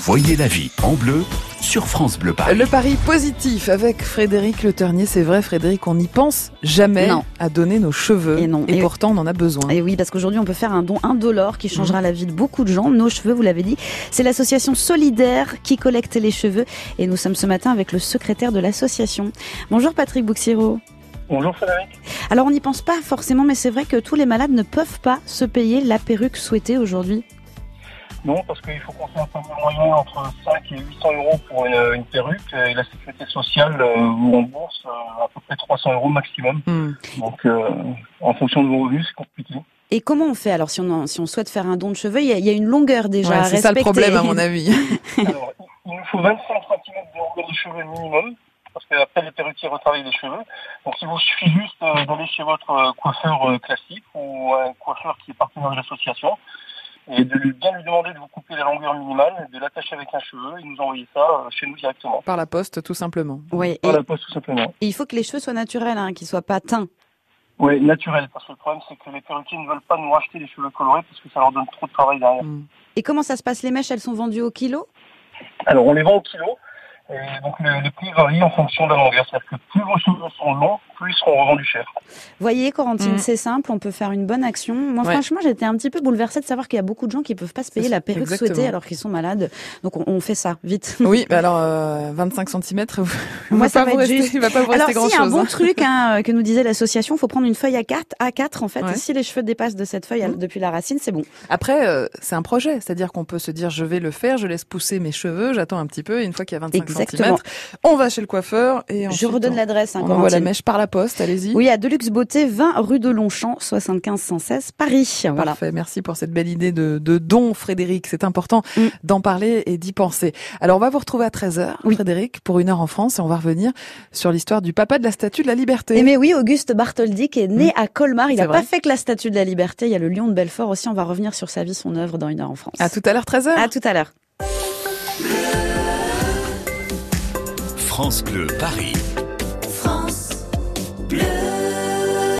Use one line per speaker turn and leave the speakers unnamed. Voyez la vie en bleu sur France Bleu Paris.
Le pari positif avec Frédéric Le Ternier. C'est vrai, Frédéric, on n'y pense jamais
Non.
à donner nos cheveux.
Et non. Et-
pourtant, on en a besoin.
Et oui, parce qu'aujourd'hui, on peut faire un don indolore qui changera la vie de beaucoup de gens. Nos cheveux, vous l'avez dit, c'est l'association Solidaire qui collecte les cheveux. Et nous sommes ce matin avec le secrétaire de l'association. Bonjour Patrick Bouxiro.
Bonjour Frédéric.
Alors, on n'y pense pas forcément, mais c'est vrai que tous les malades ne peuvent pas se payer la perruque souhaitée aujourd'hui.
Non, parce qu'il faut compter un panier moyen entre 5 et 800 euros pour une, une perruque et la sécurité sociale euh, vous rembourse euh, à peu près 300 euros maximum.
Hmm.
Donc euh, en fonction de vos revenus, c'est compliqué.
Et comment on fait Alors, si on, en- si on souhaite faire un don de cheveux, il y a, il y a une longueur déjà
Ouais,
à
c'est ça le
respecter.
problème, à mon avis.
Alors, il- il nous faut 25 cm de longueur de cheveux minimum, parce qu'après les perruquiers retravaillent les cheveux. Donc il vous suffit juste euh, d'aller chez votre euh, coiffeur euh, classique ou un coiffeur qui est partenaire de l'association et de lui, bien lui demander de vous couper la longueur minimale, de l'attacher avec un cheveu et nous envoyer ça euh, chez nous directement.
Par la poste, tout simplement.
Ouais, et,
Voilà, pas tout simplement.
et il faut que les cheveux soient naturels, hein, qu'ils soient pas teints.
Oui, naturel, parce que le problème c'est que les perruquiers ne veulent pas nous racheter les cheveux colorés parce que ça leur donne trop de travail derrière.
Hmm.
Et comment ça se passe Les mèches, elles sont vendues au kilo
Alors on les vend au kilo, et donc le, le prix varie en fonction de la longueur. C'est-à-dire que plus vos cheveux sont longs, plus ils seront revendus cher.
Voyez, Corentine,
Mm.
c'est simple, on peut faire une bonne action. Moi,
Ouais.
franchement, j'étais un petit peu bouleversée de savoir qu'il y a beaucoup de gens qui peuvent pas se payer
C'est ça,
la perruque
exactement.
souhaitée alors qu'ils sont malades. Donc, on, on fait ça, vite.
Oui, bah alors euh, 25 cm,
Moi, ça
pas
va
vous
être
rester,
juste.
il va pas vous
Alors,
rester
si,
grand-chose.
un
hein.
bon truc hein, euh, que nous disait l'association, faut prendre une feuille à 4, A4 en fait.
Ouais.
Et si les cheveux dépassent de cette feuille elle-
Mm.
depuis la racine, c'est bon.
Après, euh, c'est un projet, c'est-à-dire qu'on peut se dire je vais le faire, je laisse pousser mes cheveux, j'aends un petit peu, et une fois qu'il y a 25
Exactement.
cm, on va chez le coiffeur et
Je
ensuite,
redonne
on-
l'adresse, hein,
on envoie la
Corentine.
mèche par la poste, allez-y.
Oui, à Deluxe Beauté, 20 rue de Longchamp, 75 116, Paris. Voilà.
Parfait, merci pour cette belle idée de, de don, Frédéric. C'est important
Mm.
d'en parler et d'y penser. Alors, on va vous retrouver à 13h,
Oui.
Frédéric, pour une heure en France, et on va revenir sur l'histoire du papa de la Statue de la Liberté.
Et Eh, mais oui, Auguste Bartholdi qui est né
Mm.
à Colmar. Il
C'est
n'a pas
vrai.
fait que la Statue de la Liberté. Il y a le Lion de Belfort aussi. On va revenir sur sa vie, son œuvre dans une heure en France.
À tout à l'heure, 13h.
À tout à l'heure.
France Bleu Paris.
France Bleu.